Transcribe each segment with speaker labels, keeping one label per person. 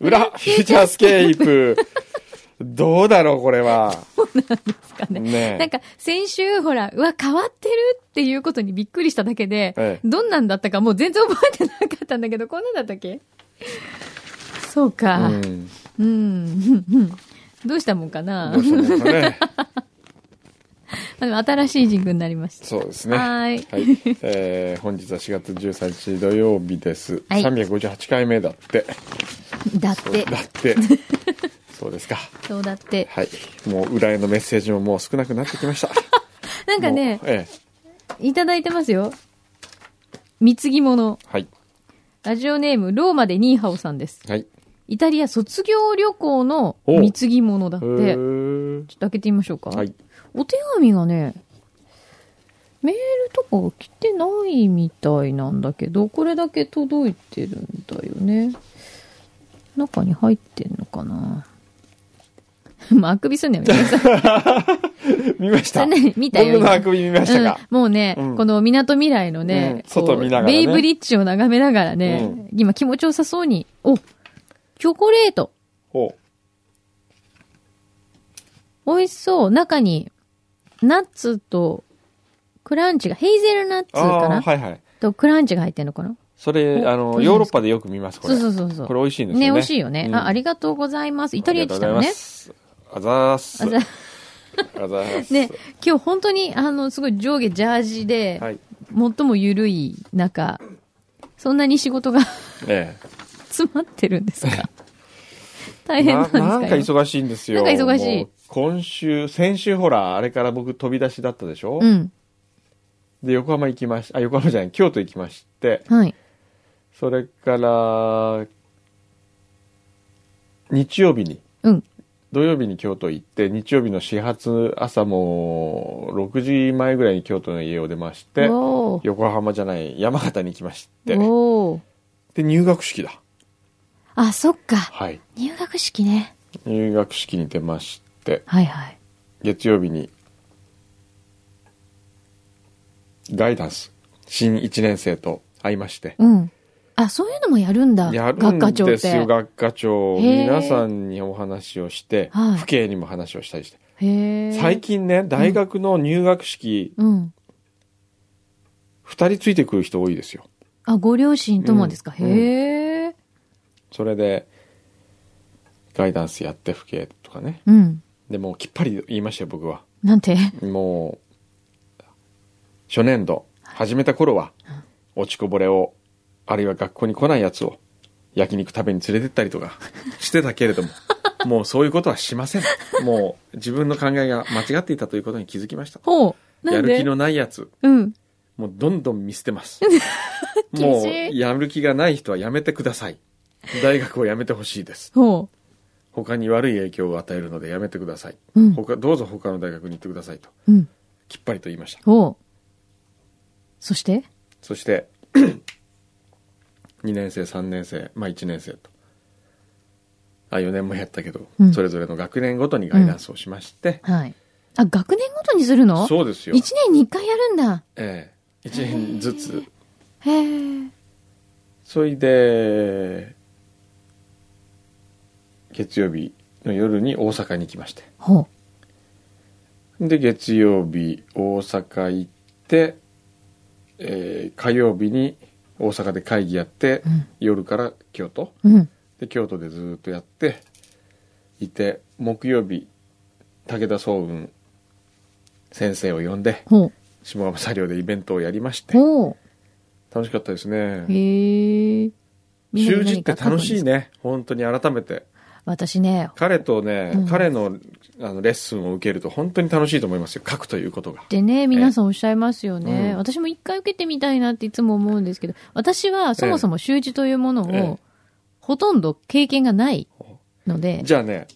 Speaker 1: 裏フューチャースケープ。どうだろう、これは。
Speaker 2: ですかね。
Speaker 1: ねえ
Speaker 2: なんか、先週、ほら、うわ、変わってるっていうことにびっくりしただけで、
Speaker 1: ええ
Speaker 2: どんなんだったかもう全然覚えてなかったんだけど、こんなんだったっけそうか。う。
Speaker 1: うんん。
Speaker 2: うんうん どうしたもんかな
Speaker 1: どうしたもんかね。
Speaker 2: あの新しいジングになりました。
Speaker 1: そうですね。
Speaker 2: はーい
Speaker 1: えー本日は4月13日土曜日です。
Speaker 2: はい
Speaker 1: 358回目だって。
Speaker 2: だっ
Speaker 1: そう
Speaker 2: て
Speaker 1: だ、って。そうですか。
Speaker 2: そうだって。
Speaker 1: はい。もう裏へのメッセージももう少なくなってきました。
Speaker 2: なんかね
Speaker 1: もう、ええ
Speaker 2: いただいてますよ。貢ぎ物。
Speaker 1: はい。
Speaker 2: ラジオネーム、ローマでニーハオさんです。
Speaker 1: はい。
Speaker 2: イタリア卒業旅行の
Speaker 1: お
Speaker 2: 貢ぎ物だっ
Speaker 1: へ
Speaker 2: て。ちょっ
Speaker 1: ー
Speaker 2: と開けてみましょうか。
Speaker 1: はい。
Speaker 2: お手紙がね、メールとかが来てないみたいなんだけど、これだけ届いてるんだよね。中に入ってんのかな まあ、あくびすんなよ。
Speaker 1: 見ました。
Speaker 2: そんなに 見たよ
Speaker 1: 僕のあくび見ましたか。
Speaker 2: うんもうね、
Speaker 1: うん
Speaker 2: この港未来の
Speaker 1: うん
Speaker 2: ね、こう
Speaker 1: 外見ながらね
Speaker 2: ベイブリッジを眺めながらね、今気持ちよさそうに、お、チョコレート、
Speaker 1: おう
Speaker 2: 美味しそう。中に、ナッツと、クランチが、ヘイゼルナッツか
Speaker 1: あ
Speaker 2: な、
Speaker 1: あ、はいはい。
Speaker 2: と、クランチが入ってんのかな
Speaker 1: それ、
Speaker 2: お
Speaker 1: あ
Speaker 2: どうです
Speaker 1: の、
Speaker 2: か
Speaker 1: ヨーロッパでよく見ます、こ
Speaker 2: そ
Speaker 1: れ。
Speaker 2: うそうそうそう。
Speaker 1: これ美味しいんですよ
Speaker 2: ね、
Speaker 1: ね。
Speaker 2: 美味しいよね、
Speaker 1: うん
Speaker 2: あ。ありがとうございます。イタリアでしたの
Speaker 1: あり
Speaker 2: ね
Speaker 1: がとうございま。すあざーす。
Speaker 2: あざ
Speaker 1: あざーす。
Speaker 2: ね、今日本当に、あの、すごい上下ジャージで、
Speaker 1: はい。
Speaker 2: 最も緩い中、そんなに仕事が
Speaker 1: え
Speaker 2: 詰まってるんですか
Speaker 1: え。
Speaker 2: 大変なん
Speaker 1: な
Speaker 2: ですか
Speaker 1: なん
Speaker 2: 今
Speaker 1: か忙しいんですよ。
Speaker 2: なんか忙しい
Speaker 1: もう今週、先週ほら、あれから僕飛び出しだったでしょ
Speaker 2: うん。
Speaker 1: で、横浜行きまし、あ、横浜じゃない、京都行きまして、
Speaker 2: はい。
Speaker 1: それから、日曜日に、
Speaker 2: うん。
Speaker 1: 土曜日に京都行って、日曜日の始発、朝もう6時前ぐらいに京都の家を出まして、
Speaker 2: おー
Speaker 1: 横浜じゃない、山形に行きまして、
Speaker 2: おー
Speaker 1: で、入学式だ。
Speaker 2: あ、そっか。
Speaker 1: はい。
Speaker 2: 入学式ね。
Speaker 1: 入学式に出まして、
Speaker 2: はいはい。
Speaker 1: 月曜日に、ガイダンス、新1年生と会いまして、
Speaker 2: うん。あ、そういうのもやるんだ。
Speaker 1: やる
Speaker 2: 学
Speaker 1: ん
Speaker 2: 科長っ
Speaker 1: です
Speaker 2: て
Speaker 1: よ、。学科長。
Speaker 2: へー
Speaker 1: 皆さんにお話をして、
Speaker 2: はい
Speaker 1: 父兄にも話をしたりして。
Speaker 2: へえ。
Speaker 1: 最近ね、大学の入学式、
Speaker 2: うん。
Speaker 1: 二人ついてくる人多いですよ。
Speaker 2: あ、ご両親ともですか。
Speaker 1: うん
Speaker 2: へえ。
Speaker 1: それで、ガイダンスやって、父兄とかね。
Speaker 2: うん。
Speaker 1: で、もうきっぱり言いましたよ、僕は。
Speaker 2: なん て
Speaker 1: もう、初年度、始めた頃は、落ちこぼれを、あるいは学校に来ないやつを、焼肉食べに連れてったり とかしてたけれども、もうそういうことはしません。もう自分の考えが間違っていたということに気づきました。
Speaker 2: ほう。な
Speaker 1: や
Speaker 2: ん
Speaker 1: る気
Speaker 2: で
Speaker 1: のないやつ、
Speaker 2: うん。
Speaker 1: もうどんどん見捨 てます。
Speaker 2: しい
Speaker 1: もう、やる気がない人はやめてください。大学をやめてほしいです。
Speaker 2: ほ
Speaker 1: 他に悪い影響を与えるのでやめてください。
Speaker 2: う。うん。
Speaker 1: 他、どうぞ他の大学に行ってくださいと、
Speaker 2: うん。
Speaker 1: きっぱりと言いました。
Speaker 2: ほう。そして
Speaker 1: そして、2年生、3年生、まあ1年生と。あ、4年もやったけど、
Speaker 2: うん
Speaker 1: それぞれの学年ごとにガイダンスをしまして、
Speaker 2: はい。あ、学年ごとにするの
Speaker 1: そうですよ。
Speaker 2: 一年に一回やるんだ。
Speaker 1: ええ、1年ずつ。
Speaker 2: へえ。
Speaker 1: それで、月曜日の夜に大阪に行きまして。
Speaker 2: ほう。
Speaker 1: で、月曜日大阪行って、えー火曜日に大阪で会議やって、夜から京都。
Speaker 2: うん。
Speaker 1: で京都でずーっとやっていて木曜日武田総雲先生を呼んで
Speaker 2: ほう。
Speaker 1: 下鴨作業でイベントをやりまして
Speaker 2: ほ
Speaker 1: 楽しかったです
Speaker 2: う。
Speaker 1: ね
Speaker 2: へえ。みんな
Speaker 1: 習
Speaker 2: で
Speaker 1: 字っ
Speaker 2: 何
Speaker 1: て
Speaker 2: か書くん
Speaker 1: 楽
Speaker 2: ですか
Speaker 1: しい。ね本当に改めて
Speaker 2: 私ね、
Speaker 1: 彼とね、
Speaker 2: うん
Speaker 1: 彼のあのレッスンを受けると本当に楽しいと思いますよ書くということが
Speaker 2: ってね、皆さんおっしゃいますよね。
Speaker 1: うん
Speaker 2: 私も一回受けてみたいなっていつも思うんですけど、私はそもそも習字というもの
Speaker 1: え
Speaker 2: を
Speaker 1: え、
Speaker 2: ほとんど経験がないので、
Speaker 1: じゃあね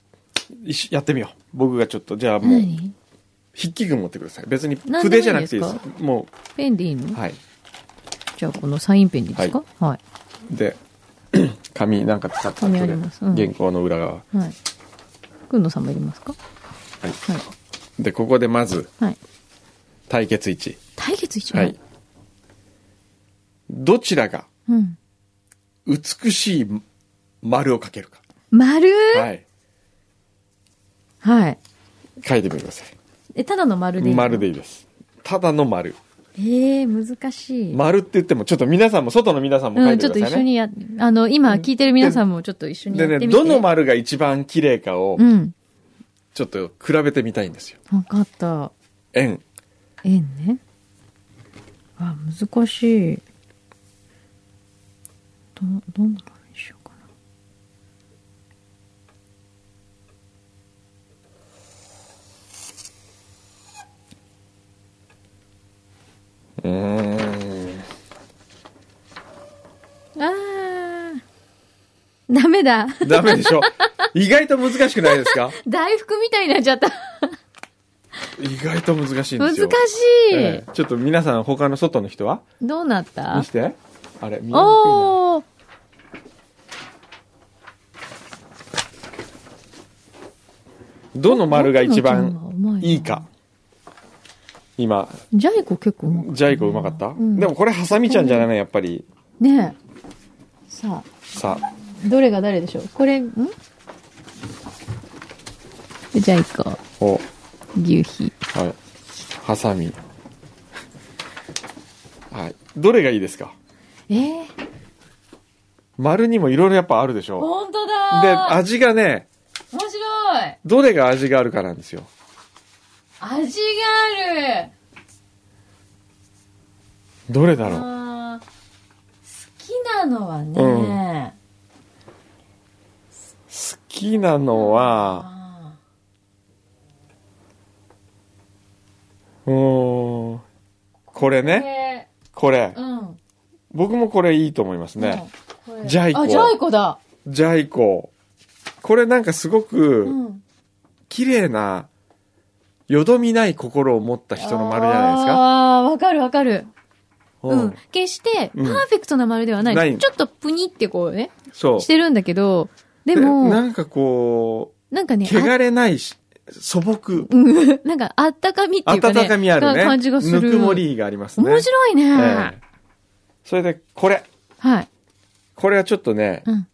Speaker 1: 一緒やってみよう僕がちょっとじゃあもう
Speaker 2: 何
Speaker 1: 筆記具持ってください別に
Speaker 2: 何でもいいんですか
Speaker 1: 筆じゃなくていいですも
Speaker 2: ペンでいいの
Speaker 1: うはい
Speaker 2: じゃあこのサインペンでいいですかはい。
Speaker 1: で 紙なんか使った
Speaker 2: 紙ありますうん
Speaker 1: 原稿の裏側
Speaker 2: はい。くんのさんもいりますか
Speaker 1: はい
Speaker 2: はい。
Speaker 1: で、ここでまず、
Speaker 2: はい。
Speaker 1: 対決1。
Speaker 2: 対決一
Speaker 1: は
Speaker 2: 枚
Speaker 1: い。。どちらが
Speaker 2: うん。
Speaker 1: 美しい丸をかけるか。
Speaker 2: 丸
Speaker 1: はい
Speaker 2: はい。
Speaker 1: 書いてみてくださ
Speaker 2: え、ただの丸
Speaker 1: い
Speaker 2: でいいの
Speaker 1: 丸でいいですただの丸
Speaker 2: ええ難しい。
Speaker 1: 丸って言ってもちょっと皆さんも外の皆さんも書
Speaker 2: う
Speaker 1: い
Speaker 2: ん、ち
Speaker 1: て
Speaker 2: ょっ
Speaker 1: く
Speaker 2: と
Speaker 1: だ
Speaker 2: 一
Speaker 1: さ
Speaker 2: 緒
Speaker 1: いね、
Speaker 2: にや、あの、今聞いてる皆さんもちょっと一緒にやって
Speaker 1: で
Speaker 2: みて。
Speaker 1: ねどの丸が一番綺麗かを
Speaker 2: うん。
Speaker 1: ちょっと比べてみたいんですよ
Speaker 2: わかった。
Speaker 1: 円
Speaker 2: 円ね。あ、難しい。ど、どんなのにしようかな。
Speaker 1: うーん
Speaker 2: あー。ダメだ。
Speaker 1: ダメでしょ意外と難しくないですか
Speaker 2: 大福みたいになっちゃった。
Speaker 1: 意外と難しいんで
Speaker 2: 難し
Speaker 1: すよ
Speaker 2: い。
Speaker 1: ええちょっと皆さん他の外の人は
Speaker 2: どうなった
Speaker 1: 見してあれ見えにくいな
Speaker 2: おー。
Speaker 1: どの丸が一番
Speaker 2: 番
Speaker 1: いいか。今
Speaker 2: ジャイコ結構うまかった
Speaker 1: ジャイコうまかった、
Speaker 2: うん
Speaker 1: でもこれハサミちゃんじゃないのやっぱり
Speaker 2: ねえ。さあ、
Speaker 1: さあ
Speaker 2: どれが誰でしょうこれ、んジャイコ、
Speaker 1: お
Speaker 2: 牛皮。
Speaker 1: はいハサミはいどれがいいですか
Speaker 2: えー、
Speaker 1: 丸にもいろいろやっぱあるでしょ
Speaker 2: ほんと
Speaker 1: で
Speaker 2: だ
Speaker 1: 味がね
Speaker 2: ー面白い
Speaker 1: どれが味があるかなんですよ
Speaker 2: 味がある
Speaker 1: どれだろう
Speaker 2: あー好きなのは
Speaker 1: うん
Speaker 2: ね、
Speaker 1: 好きなのは
Speaker 2: あ
Speaker 1: うーんこれ
Speaker 2: ー
Speaker 1: ね
Speaker 2: え
Speaker 1: これ
Speaker 2: ーうん。
Speaker 1: 僕もこれいいと思いますね、
Speaker 2: うんこれ
Speaker 1: ジャイコ
Speaker 2: あ、ジャイコだ。
Speaker 1: ジャイコこれなんかすご
Speaker 2: う
Speaker 1: く
Speaker 2: ん。
Speaker 1: 綺麗なよどみない心を持った人の丸じゃないですか
Speaker 2: ああ、わかるわかる。
Speaker 1: う
Speaker 2: うんん。決して、パ
Speaker 1: うん
Speaker 2: ーフェクトな丸ではない。
Speaker 1: ない
Speaker 2: ちょっとプニってこうね、
Speaker 1: そう
Speaker 2: してるんだけど、で
Speaker 1: で
Speaker 2: も、
Speaker 1: なんかこ
Speaker 2: なんか
Speaker 1: う
Speaker 2: ね、
Speaker 1: 汚れないし素朴
Speaker 2: うんなんかあったかみっていうかね。
Speaker 1: 温かみあるね
Speaker 2: か感じがする。
Speaker 1: ぬくもりがありますね
Speaker 2: 面白いね。
Speaker 1: ええそれでこれ
Speaker 2: はい。
Speaker 1: これはちょっとね、
Speaker 2: うん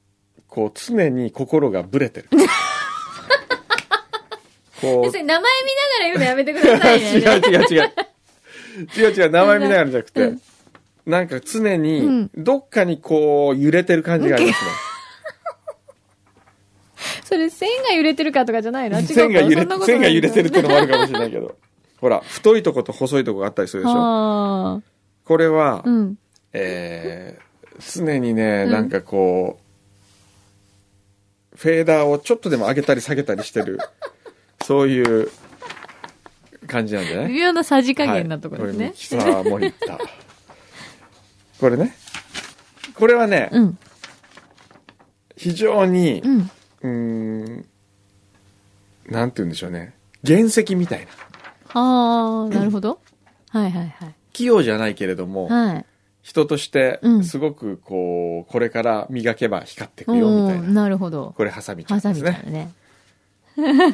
Speaker 1: こう常に心がぶ れてるこ
Speaker 2: で
Speaker 1: う
Speaker 2: それ名前見ながら言うのやめてくだ さいね。
Speaker 1: 違う違う違う。違う違う、名前見ながらじゃなくて、なんか常
Speaker 2: う
Speaker 1: に
Speaker 2: ん、
Speaker 1: どっかにこう、揺れてる感じがありますね。
Speaker 2: それ線が揺れてるかとかじゃないの違うか
Speaker 1: 線が揺
Speaker 2: そ
Speaker 1: れ
Speaker 2: んなことない
Speaker 1: 線が揺れてるってのもあるかもしれないけど。 ほら、太いとこと細いとこがあったりするでしょ。
Speaker 2: あ
Speaker 1: これは
Speaker 2: ー、うん。
Speaker 1: えー常にね、
Speaker 2: うん
Speaker 1: なんかこう、フェーダーをちょっとでも上げたり下げたりしてる、 そういう感じなんじゃない
Speaker 2: 微妙なさじ加減なところですね
Speaker 1: はい、。これミキサーもいった。これね。これはね、
Speaker 2: うん。
Speaker 1: 非常に
Speaker 2: う、ん。
Speaker 1: うーん、なんて言うんでしょうね。原石みたいな。
Speaker 2: ああ、なるほど。はいはいはい。
Speaker 1: 器用じゃないけれども、
Speaker 2: はい。
Speaker 1: 人として
Speaker 2: う、ん
Speaker 1: すごくこう、これから磨けば光っていくよ、み
Speaker 2: お
Speaker 1: たい
Speaker 2: ー
Speaker 1: な。
Speaker 2: なるほど。
Speaker 1: これ、ハサミちゃ
Speaker 2: ハ
Speaker 1: ん
Speaker 2: サ
Speaker 1: で
Speaker 2: ミ
Speaker 1: す
Speaker 2: ちゃ
Speaker 1: ね。
Speaker 2: んね。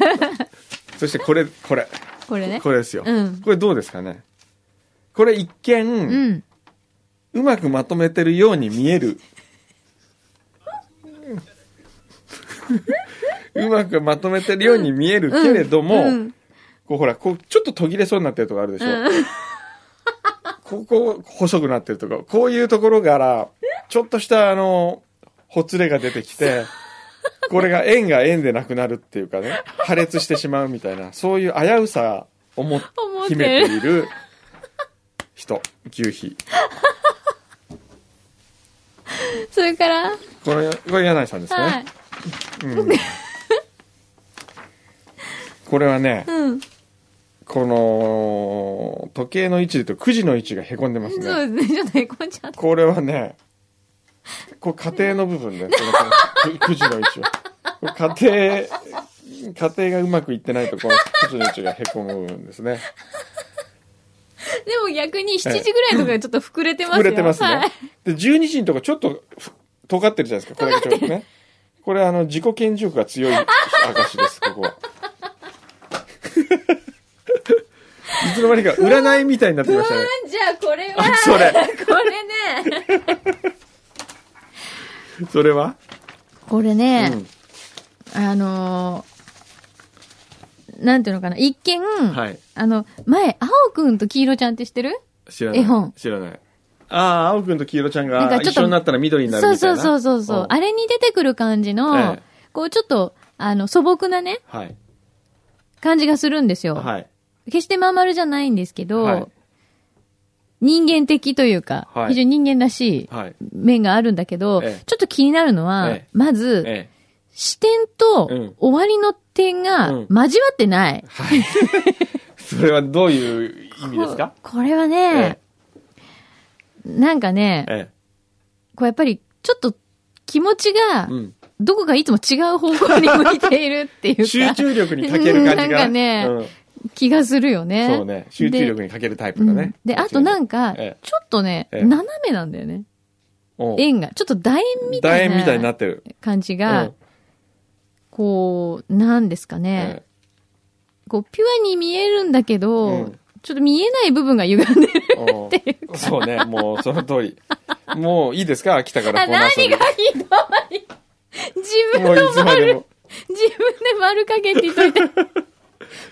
Speaker 1: そしてこれ、これ、
Speaker 2: これね。
Speaker 1: これですよ。
Speaker 2: うん
Speaker 1: これどうですかね。これ一見、
Speaker 2: うん。
Speaker 1: うまくまとめてるように見 える。うまくまとめてるように見えるけれども、
Speaker 2: うん
Speaker 1: こうほら、こうちょっと途切れそうになってるとこあるでしょ。
Speaker 2: うん
Speaker 1: ここ細くなってるとか、こういうところから、ちょっとしたあの、ほつれが出てきて、これが円が円でなくなるっていうかね、破裂してしまうみたいな、そういう危うさをも
Speaker 2: 思って
Speaker 1: 秘
Speaker 2: る
Speaker 1: めている人、牛皮。
Speaker 2: それから、
Speaker 1: これ、これ柳井さんですね。
Speaker 2: はい。
Speaker 1: うんこれはね、
Speaker 2: うん。
Speaker 1: この時計の位置で言うと9時の位置がへこんでます
Speaker 2: そ
Speaker 1: ね。
Speaker 2: うですね。ちょっとへこんじゃった。
Speaker 1: これはね、こう家庭の部分で、ね、9時の位置は。こう家庭、家庭がうまくいってないとこの9時の位置がへこむ部分ですね。
Speaker 2: でも逆に7時ぐらいのとかでちょっと膨れてますよ。
Speaker 1: 膨れてますね。
Speaker 2: はい。
Speaker 1: で、12時のとこちょっとふ尖ってるじゃないですか、これがちょっとね。これあの、自己顕示欲が強い証です、ここは。いつの間にか占いみたいになってきましたね。
Speaker 2: うん、じゃあこれは
Speaker 1: あ、それ、
Speaker 2: これね。
Speaker 1: それは、
Speaker 2: これね、
Speaker 1: うん
Speaker 2: あのーなんていうのかな、一見、
Speaker 1: はい
Speaker 2: あの、前、青くんと黄色ちゃんって知ってる
Speaker 1: 知らない
Speaker 2: 絵本
Speaker 1: 知らないああ青くんと黄色ちゃん
Speaker 2: なん
Speaker 1: が
Speaker 2: かちょっ
Speaker 1: 一
Speaker 2: と
Speaker 1: 緒になったら緑になる
Speaker 2: そ
Speaker 1: み
Speaker 2: う
Speaker 1: た
Speaker 2: そ
Speaker 1: いうな
Speaker 2: そうそうそう。あれに出てくる感じの、
Speaker 1: ええ
Speaker 2: こうちょっと、あの、素朴なね、
Speaker 1: はい
Speaker 2: 感じがするんですよ。
Speaker 1: はい
Speaker 2: 決してまん丸じゃないんですけど、
Speaker 1: はい
Speaker 2: 人間的というか、
Speaker 1: はい
Speaker 2: 非常に人間らしい
Speaker 1: はい
Speaker 2: 面があるんだけど、
Speaker 1: ええ
Speaker 2: ちょっと気になるのは、
Speaker 1: ええ
Speaker 2: まず、
Speaker 1: え
Speaker 2: 視点と
Speaker 1: うん
Speaker 2: 終わりの点が
Speaker 1: うん
Speaker 2: 交わってない。
Speaker 1: えはいそれはどういう意味ですか
Speaker 2: ここれはね、なんかね、
Speaker 1: え
Speaker 2: こうやっぱりちょっと気持ちが
Speaker 1: え、うん
Speaker 2: どこかいつも違う方向に向いているっていう
Speaker 1: 集
Speaker 2: か、
Speaker 1: 中力に欠ける感
Speaker 2: う
Speaker 1: じが
Speaker 2: んなんかね
Speaker 1: うん
Speaker 2: 気がするよね。
Speaker 1: そうね集中力に欠けるタイプだ
Speaker 2: う
Speaker 1: ね
Speaker 2: んで、あとな
Speaker 1: か
Speaker 2: んか
Speaker 1: ええ、
Speaker 2: ちょっとね、
Speaker 1: ええ
Speaker 2: 斜めなんだよね。円が。ちょっと楕円みた
Speaker 1: 楕
Speaker 2: い
Speaker 1: 円みたいにな
Speaker 2: な
Speaker 1: ってる
Speaker 2: 感じ
Speaker 1: う
Speaker 2: が
Speaker 1: ん、
Speaker 2: こう、なんですかね。
Speaker 1: え
Speaker 2: こう、ピュアに見えるんだけ
Speaker 1: う
Speaker 2: ど
Speaker 1: ん、
Speaker 2: ちょっと見えない部分が歪んでる。
Speaker 1: えうんそうねもうその通りもういいで すか来たか
Speaker 2: あ、
Speaker 1: らこんな
Speaker 2: 何が
Speaker 1: 遊
Speaker 2: ひ
Speaker 1: び
Speaker 2: どい自
Speaker 1: も
Speaker 2: 分
Speaker 1: うい
Speaker 2: の
Speaker 1: つま
Speaker 2: 丸
Speaker 1: でも
Speaker 2: 自分で丸かけて言っと いて。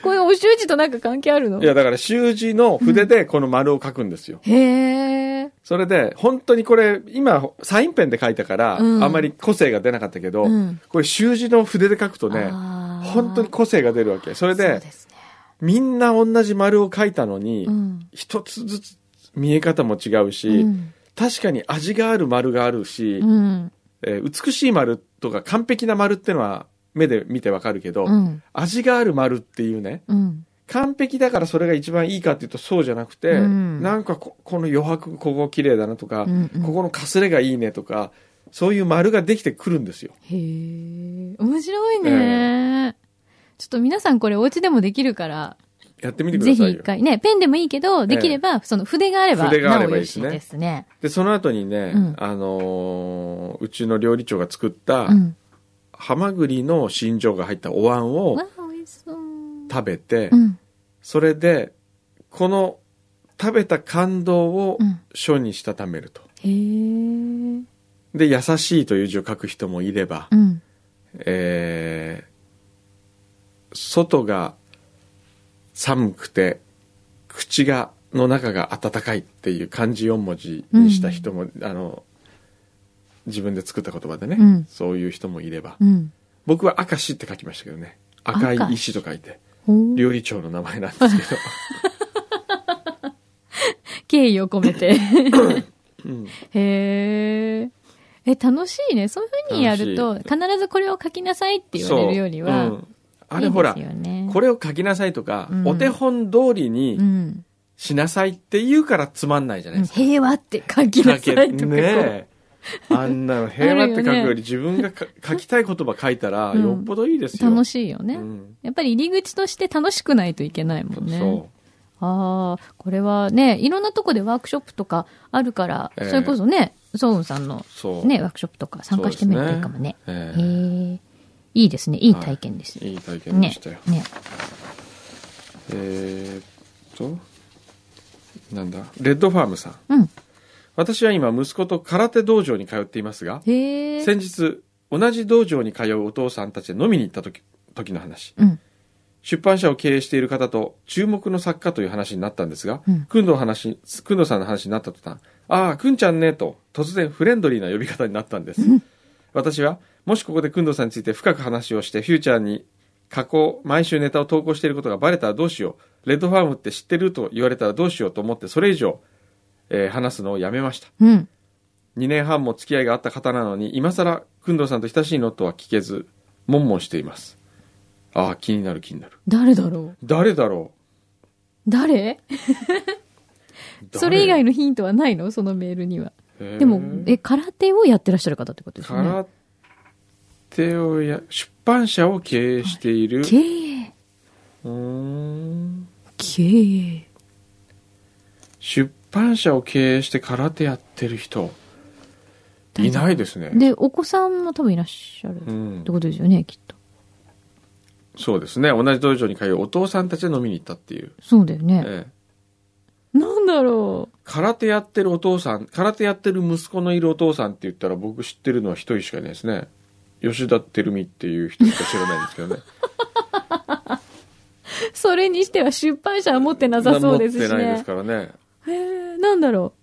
Speaker 2: これ、お習字となんか関係あるの
Speaker 1: いや、だから、習字の筆でこの丸を書くんですよ。
Speaker 2: へえ。
Speaker 1: それで、本当にこれ、今、サインペンで書いたから、
Speaker 2: うん
Speaker 1: あまり個性が出なかったけど、
Speaker 2: うん
Speaker 1: これ、習字の筆で書くとね、
Speaker 2: 本
Speaker 1: 本当に個性が出るわけ。それで、
Speaker 2: すね。
Speaker 1: みんな同じ丸を書いたのに、
Speaker 2: うん
Speaker 1: 一つずつ見え方も違うし、
Speaker 2: うん
Speaker 1: 確かに味がある丸があるし、
Speaker 2: うん。
Speaker 1: えー美しい丸とか完璧な丸ってのは目で見てわかるけど、
Speaker 2: うん。
Speaker 1: 味がある丸っていうね、
Speaker 2: うん。
Speaker 1: 完璧だからそれが一番いいかっていうとそうじゃなくて、
Speaker 2: うん
Speaker 1: なんかここの余白ここ綺麗だなとか、
Speaker 2: うんうん
Speaker 1: ここのかすれがいいねとかそういう丸ができてくるんですよ
Speaker 2: へえ。面白いね。ちょっと皆さんこれお家でもできるから、
Speaker 1: やってみてく
Speaker 2: ぜ
Speaker 1: だ
Speaker 2: ひ
Speaker 1: さい
Speaker 2: 一
Speaker 1: よ
Speaker 2: 回ね、ペンでもいいけど、できれば、その筆があれば、
Speaker 1: 筆があ
Speaker 2: な
Speaker 1: れ
Speaker 2: お
Speaker 1: ば
Speaker 2: よ
Speaker 1: いいです
Speaker 2: し
Speaker 1: ね
Speaker 2: ですね。
Speaker 1: でその後にね、
Speaker 2: うん
Speaker 1: あのーうちの料理長が作った
Speaker 2: うん。
Speaker 1: ハマグリの心情が入ったお椀を
Speaker 2: わあ、美味しそう。う
Speaker 1: 食べて、
Speaker 2: ん。
Speaker 1: それでこの食べた感動を
Speaker 2: うん
Speaker 1: 書にしたためると、
Speaker 2: へえ。
Speaker 1: で「優しい」という字を書く人もいれば、
Speaker 2: うん。
Speaker 1: えー外が寒くて口がの中が暖かいっていう漢字4文字にした人も、あの自分で作った言葉でね、
Speaker 2: うん
Speaker 1: そういう人もいれば、
Speaker 2: うん。
Speaker 1: 僕は「明石」って書きましたけどね赤い
Speaker 2: 明
Speaker 1: 石と書いて
Speaker 2: ほう
Speaker 1: 料理長の名前なんですけ ど、
Speaker 2: 敬意を込めて。
Speaker 1: うん
Speaker 2: へえ。え、楽しいね。そういう風にやると、
Speaker 1: 楽
Speaker 2: 必ずこれを書きなさいって言われるよりは、
Speaker 1: そううんあれほら
Speaker 2: いいですよね、
Speaker 1: これを書きなさいとか、
Speaker 2: うん
Speaker 1: お手本通りに
Speaker 2: うん。
Speaker 1: しなさいって言うからつまんないじゃないですか
Speaker 2: 平和って書きなさいとかこう。
Speaker 1: ねえあんなの平和って書く
Speaker 2: あるよ
Speaker 1: よ
Speaker 2: ね
Speaker 1: り自分がか書きたい言葉書いたら
Speaker 2: うん
Speaker 1: よっぽどいいですよ。
Speaker 2: 楽
Speaker 1: し
Speaker 2: しいよ
Speaker 1: い
Speaker 2: ね、
Speaker 1: うん、
Speaker 2: やっぱり入り口として楽しくないといけないもんね。
Speaker 1: そ
Speaker 2: ああ、これはね、いろんなとこでワークショップとかあるから、
Speaker 1: ええ
Speaker 2: それこそね、ソウンさんの
Speaker 1: うそう、
Speaker 2: ね、ワークショップとか参加してみるといいかもね。
Speaker 1: え
Speaker 2: へ
Speaker 1: え
Speaker 2: え、いいですね。いい体験です。
Speaker 1: いい体験で
Speaker 2: ね
Speaker 1: したよ。。
Speaker 2: ね。
Speaker 1: えーっとなんだレッドファームさん
Speaker 2: うん。
Speaker 1: 私は今息子と空手道場に通っていますが
Speaker 2: へえ。
Speaker 1: 先日同じ道場に通うお父さんたちで飲みに行った時時の話
Speaker 2: うん。
Speaker 1: 出版社を経営している方と注目の作家という話になったんですが、
Speaker 2: うん
Speaker 1: くんど話、くんどさんの話になった途端、ああ、くんちゃんね、と突然フレンドリーな呼び方になったんです。私は、もしここでくんどさんについて深く話をして、フューチャーに加工、毎週ネタを投稿していることがバレたらどうしよう、レッドファームって知ってると言われたらどうしようと思って、それ以上、えー話すのをやめました。
Speaker 2: うん。
Speaker 1: 2年半も付き合いがあった方なのに、今更、くんどさんと親しいのとは聞けず、悶々しています。ああ、気になる気になる。
Speaker 2: 誰だろう
Speaker 1: 誰だろう
Speaker 2: 誰
Speaker 1: 誰
Speaker 2: それ以外のヒントはないのそのメールには。
Speaker 1: へー
Speaker 2: でも、え、空手をやってらっしゃる方ってことですよね。
Speaker 1: 空手をや出版社を経営している、
Speaker 2: 経営。
Speaker 1: うーん
Speaker 2: 経営。
Speaker 1: 出版社を経営して空手やってる人いないですね
Speaker 2: で、お子さんも多分いらっしゃるって
Speaker 1: うん
Speaker 2: ことですよね、きっと。
Speaker 1: そうですね同じ道場に通うお父さんたちで飲みに行ったっていう、
Speaker 2: そうだよね。
Speaker 1: ええ
Speaker 2: なんだろ
Speaker 1: 空手やってるお父さん空手やってる息子のいるお父さんって言ったら僕知ってるのは一人しかいないですね吉田照美っていう人しか知らないんですけどね
Speaker 2: それにしては出版社は持 ってなさそうですしね。
Speaker 1: 持ってないですからね
Speaker 2: へえなんだろ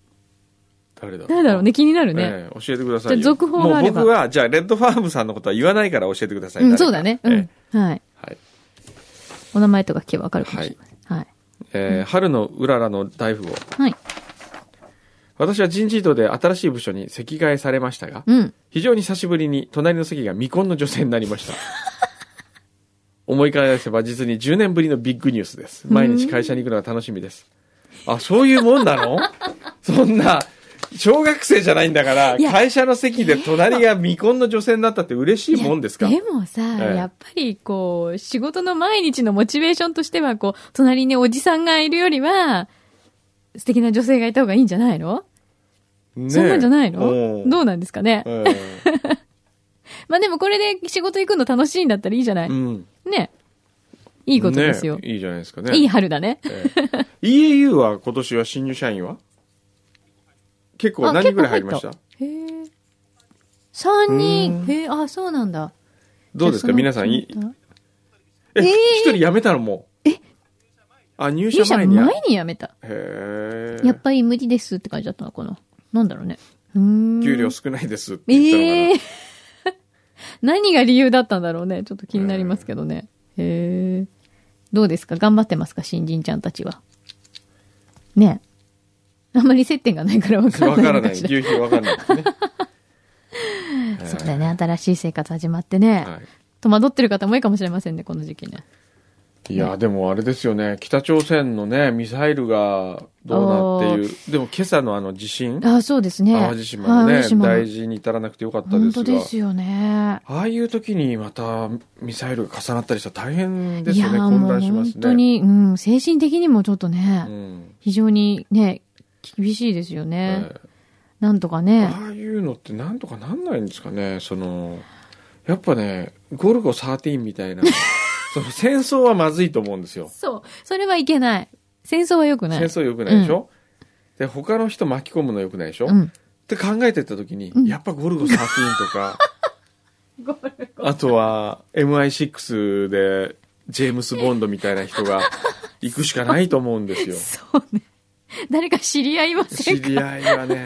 Speaker 1: 誰だ
Speaker 2: う。誰だろうね、気になるね。
Speaker 1: ええ教えてくださいよ
Speaker 2: じゃあ続報があれば
Speaker 1: もう僕はじゃあレッドファームさんのことは言わないから教えてくださ
Speaker 2: う
Speaker 1: い、誰
Speaker 2: ん、
Speaker 1: か
Speaker 2: そうだね。うん
Speaker 1: ええ。
Speaker 2: はい。
Speaker 1: はい
Speaker 2: お名前とか聞けばわかるかもしれない。はい。
Speaker 1: えー春のうららの大富豪
Speaker 2: はい。
Speaker 1: 私は人事異動で新しい部署に席替えされましたが
Speaker 2: うん。
Speaker 1: 非常に久しぶりに隣の席が未婚の女性になりました思い返せば実に10年ぶりのビッグニュースです毎日会社に行くのが楽しみですあそういうもん なのそんな小学生じゃないんだから
Speaker 2: いや
Speaker 1: 会社の席で隣が未婚の女性になったって嬉しいもんですか
Speaker 2: いやでもさ、
Speaker 1: ええ
Speaker 2: やっぱりこう、仕事の毎日のモチベーションとしては、こう、隣におじさんがいるよりは、素敵な女性がいた方がいいんじゃないの、
Speaker 1: ねえ
Speaker 2: そんなんじゃない
Speaker 1: う
Speaker 2: の
Speaker 1: ん
Speaker 2: どうなんですかね、
Speaker 1: うん
Speaker 2: まあでもこれで仕事行くの楽しいんだったらいいじゃない、
Speaker 1: うん
Speaker 2: ね。いいことですよ。
Speaker 1: ねえいいじゃないですかね
Speaker 2: いい春だね。
Speaker 1: ええ EAU は今年は新入社員は結構
Speaker 2: あ
Speaker 1: 何人ぐらい入りました
Speaker 2: 結構入ったへえ。3
Speaker 1: う
Speaker 2: 人。
Speaker 1: ん
Speaker 2: へえ、あ、そうなんだ。
Speaker 1: どうですか
Speaker 2: じゃあ
Speaker 1: 皆さん、い
Speaker 2: そのえ
Speaker 1: え、
Speaker 2: ー
Speaker 1: 一人辞めたのもう。えあ、入
Speaker 2: 入
Speaker 1: 社
Speaker 2: 社
Speaker 1: 前
Speaker 2: 前
Speaker 1: にや。へ
Speaker 2: に辞めた。
Speaker 1: え。
Speaker 2: やっぱり無理ですって感じだったのかな。なんだろうね。うーん。
Speaker 1: 給料少ないですって言ったの
Speaker 2: え
Speaker 1: かな。
Speaker 2: え何が理由だったんだろうね。ちょっと気になりますけどね。へえ。どうですか頑張ってますか新人ちゃんたちは。ねえ。あんまり接点がないから分かん
Speaker 1: わ
Speaker 2: ないの
Speaker 1: からない。
Speaker 2: しら
Speaker 1: 牛皮わからないですね。
Speaker 2: そうだね。新しい生活始まってね。
Speaker 1: は
Speaker 2: 戸惑ってる方も多いかもしれませんね、この時期ね。
Speaker 1: い。いや、でもあれですよね。北朝鮮のね、ミサイルがどうなっていう。でも今朝のあの地震、
Speaker 2: ああ、そうですね。
Speaker 1: 淡路島の
Speaker 2: はい
Speaker 1: ね
Speaker 2: 淡、路
Speaker 1: 大事に至らなくてよかったで
Speaker 2: 本
Speaker 1: す
Speaker 2: 当
Speaker 1: が
Speaker 2: で。すよね。
Speaker 1: ああいう時にまたミサイルが重なったりしたら大変で
Speaker 2: い
Speaker 1: す
Speaker 2: や
Speaker 1: よね。
Speaker 2: ー
Speaker 1: 混
Speaker 2: もう
Speaker 1: 乱しま
Speaker 2: 本
Speaker 1: すね。
Speaker 2: 当に、うん、精神的にもちょっとね、
Speaker 1: うん。
Speaker 2: 非常にね、厳しいですよね。
Speaker 1: ええ
Speaker 2: なんとかね。
Speaker 1: ああいうのってなんとかなんないんですかねそのやっぱねゴルゴ13みた いなその戦争はまずいと思うんですよ
Speaker 2: そう。それはいけない。戦争は良くない。
Speaker 1: 戦争良くないでしょ、で他の人巻き込むの良くないでしょ、
Speaker 2: う
Speaker 1: っ
Speaker 2: ん。
Speaker 1: て考えてった時に、
Speaker 2: うん
Speaker 1: やっぱゴルゴ13とか
Speaker 2: ゴルゴ。
Speaker 1: あとは MI6 でジェームス・ボンドみたいな人 が行くしかないと思うんですよ
Speaker 2: そうね。誰か知り合いませ
Speaker 1: 知
Speaker 2: んか
Speaker 1: り合いはね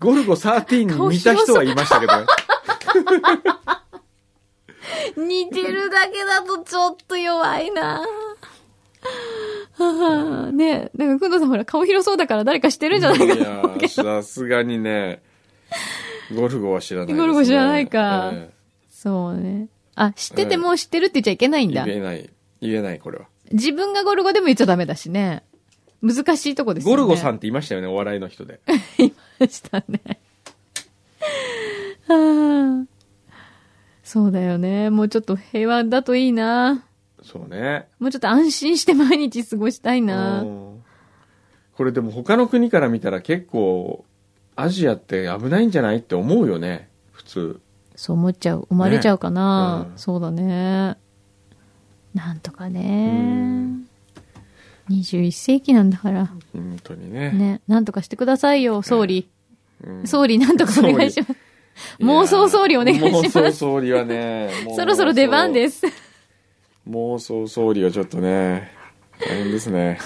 Speaker 1: ゴルゴ13に似た人はいましたけどね
Speaker 2: 似てるだけだとちょっと弱いなはあねえ、なんか、くんどさんほら、顔広そうだから誰か知ってるんじゃないか
Speaker 1: いやーさすがにねゴルゴは知らないです、ね、
Speaker 2: ゴルゴ知らないか
Speaker 1: え
Speaker 2: そうね。あ、知ってても知ってるって言っちゃいけない
Speaker 1: え
Speaker 2: んだ。
Speaker 1: 言えない言えないこれは、
Speaker 2: 自分がゴルゴでも言っちゃダメだしね。難しいとこですよ
Speaker 1: ゴ
Speaker 2: ね。
Speaker 1: ルゴさん
Speaker 2: ん。
Speaker 1: っていましたよねお笑いの人 で
Speaker 2: いましたね。ああ。そうだよね。もうちょっと平和だといいな。
Speaker 1: そうね
Speaker 2: もうちょっと安心して毎日過ごしたいな
Speaker 1: う。んこれでも他の国から見たら結構アジアって危ないんじゃないって思うよね普通
Speaker 2: そう思っちゃう。生まれちゃうかな。
Speaker 1: うん
Speaker 2: そうだね。なんとかね
Speaker 1: ん。
Speaker 2: 21世紀なんだから。
Speaker 1: 本当にね
Speaker 2: ね。なんとかしてくださいよ、総理。
Speaker 1: うん
Speaker 2: 総理、なんとかお願いします。
Speaker 1: いやー
Speaker 2: 妄想総理お願いします
Speaker 1: 妄想総理は ね
Speaker 2: そろそろ出番ですす。
Speaker 1: 妄想総理はちょっとね大変ですね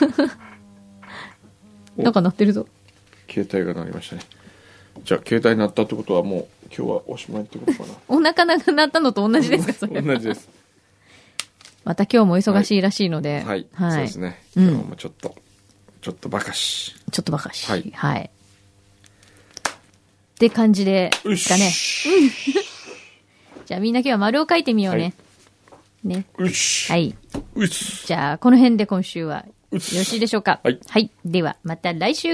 Speaker 1: お
Speaker 2: なんか鳴ってるぞ。
Speaker 1: 携帯が鳴りましたねじゃあ携帯鳴ったってことはもう今日はおしまいってことか
Speaker 2: お腹なくなったのと同じです か、それ
Speaker 1: な
Speaker 2: は。
Speaker 1: 同じです
Speaker 2: また今日もお忙しいらしいので。
Speaker 1: はい、
Speaker 2: はい。
Speaker 1: そうですね
Speaker 2: うん
Speaker 1: 今日もちょっと、ちょっとばかし
Speaker 2: ちょっとばかし。
Speaker 1: は
Speaker 2: はいい。って感じで、
Speaker 1: うっ
Speaker 2: ですかね。
Speaker 1: し
Speaker 2: じゃあみんな今日は丸を書いてみようね。ね。
Speaker 1: うっし
Speaker 2: はい。
Speaker 1: うっし
Speaker 2: じゃあ、この辺で今週はよ
Speaker 1: うっ
Speaker 2: ろしいでしょうか。
Speaker 1: はい
Speaker 2: はい。では、また来週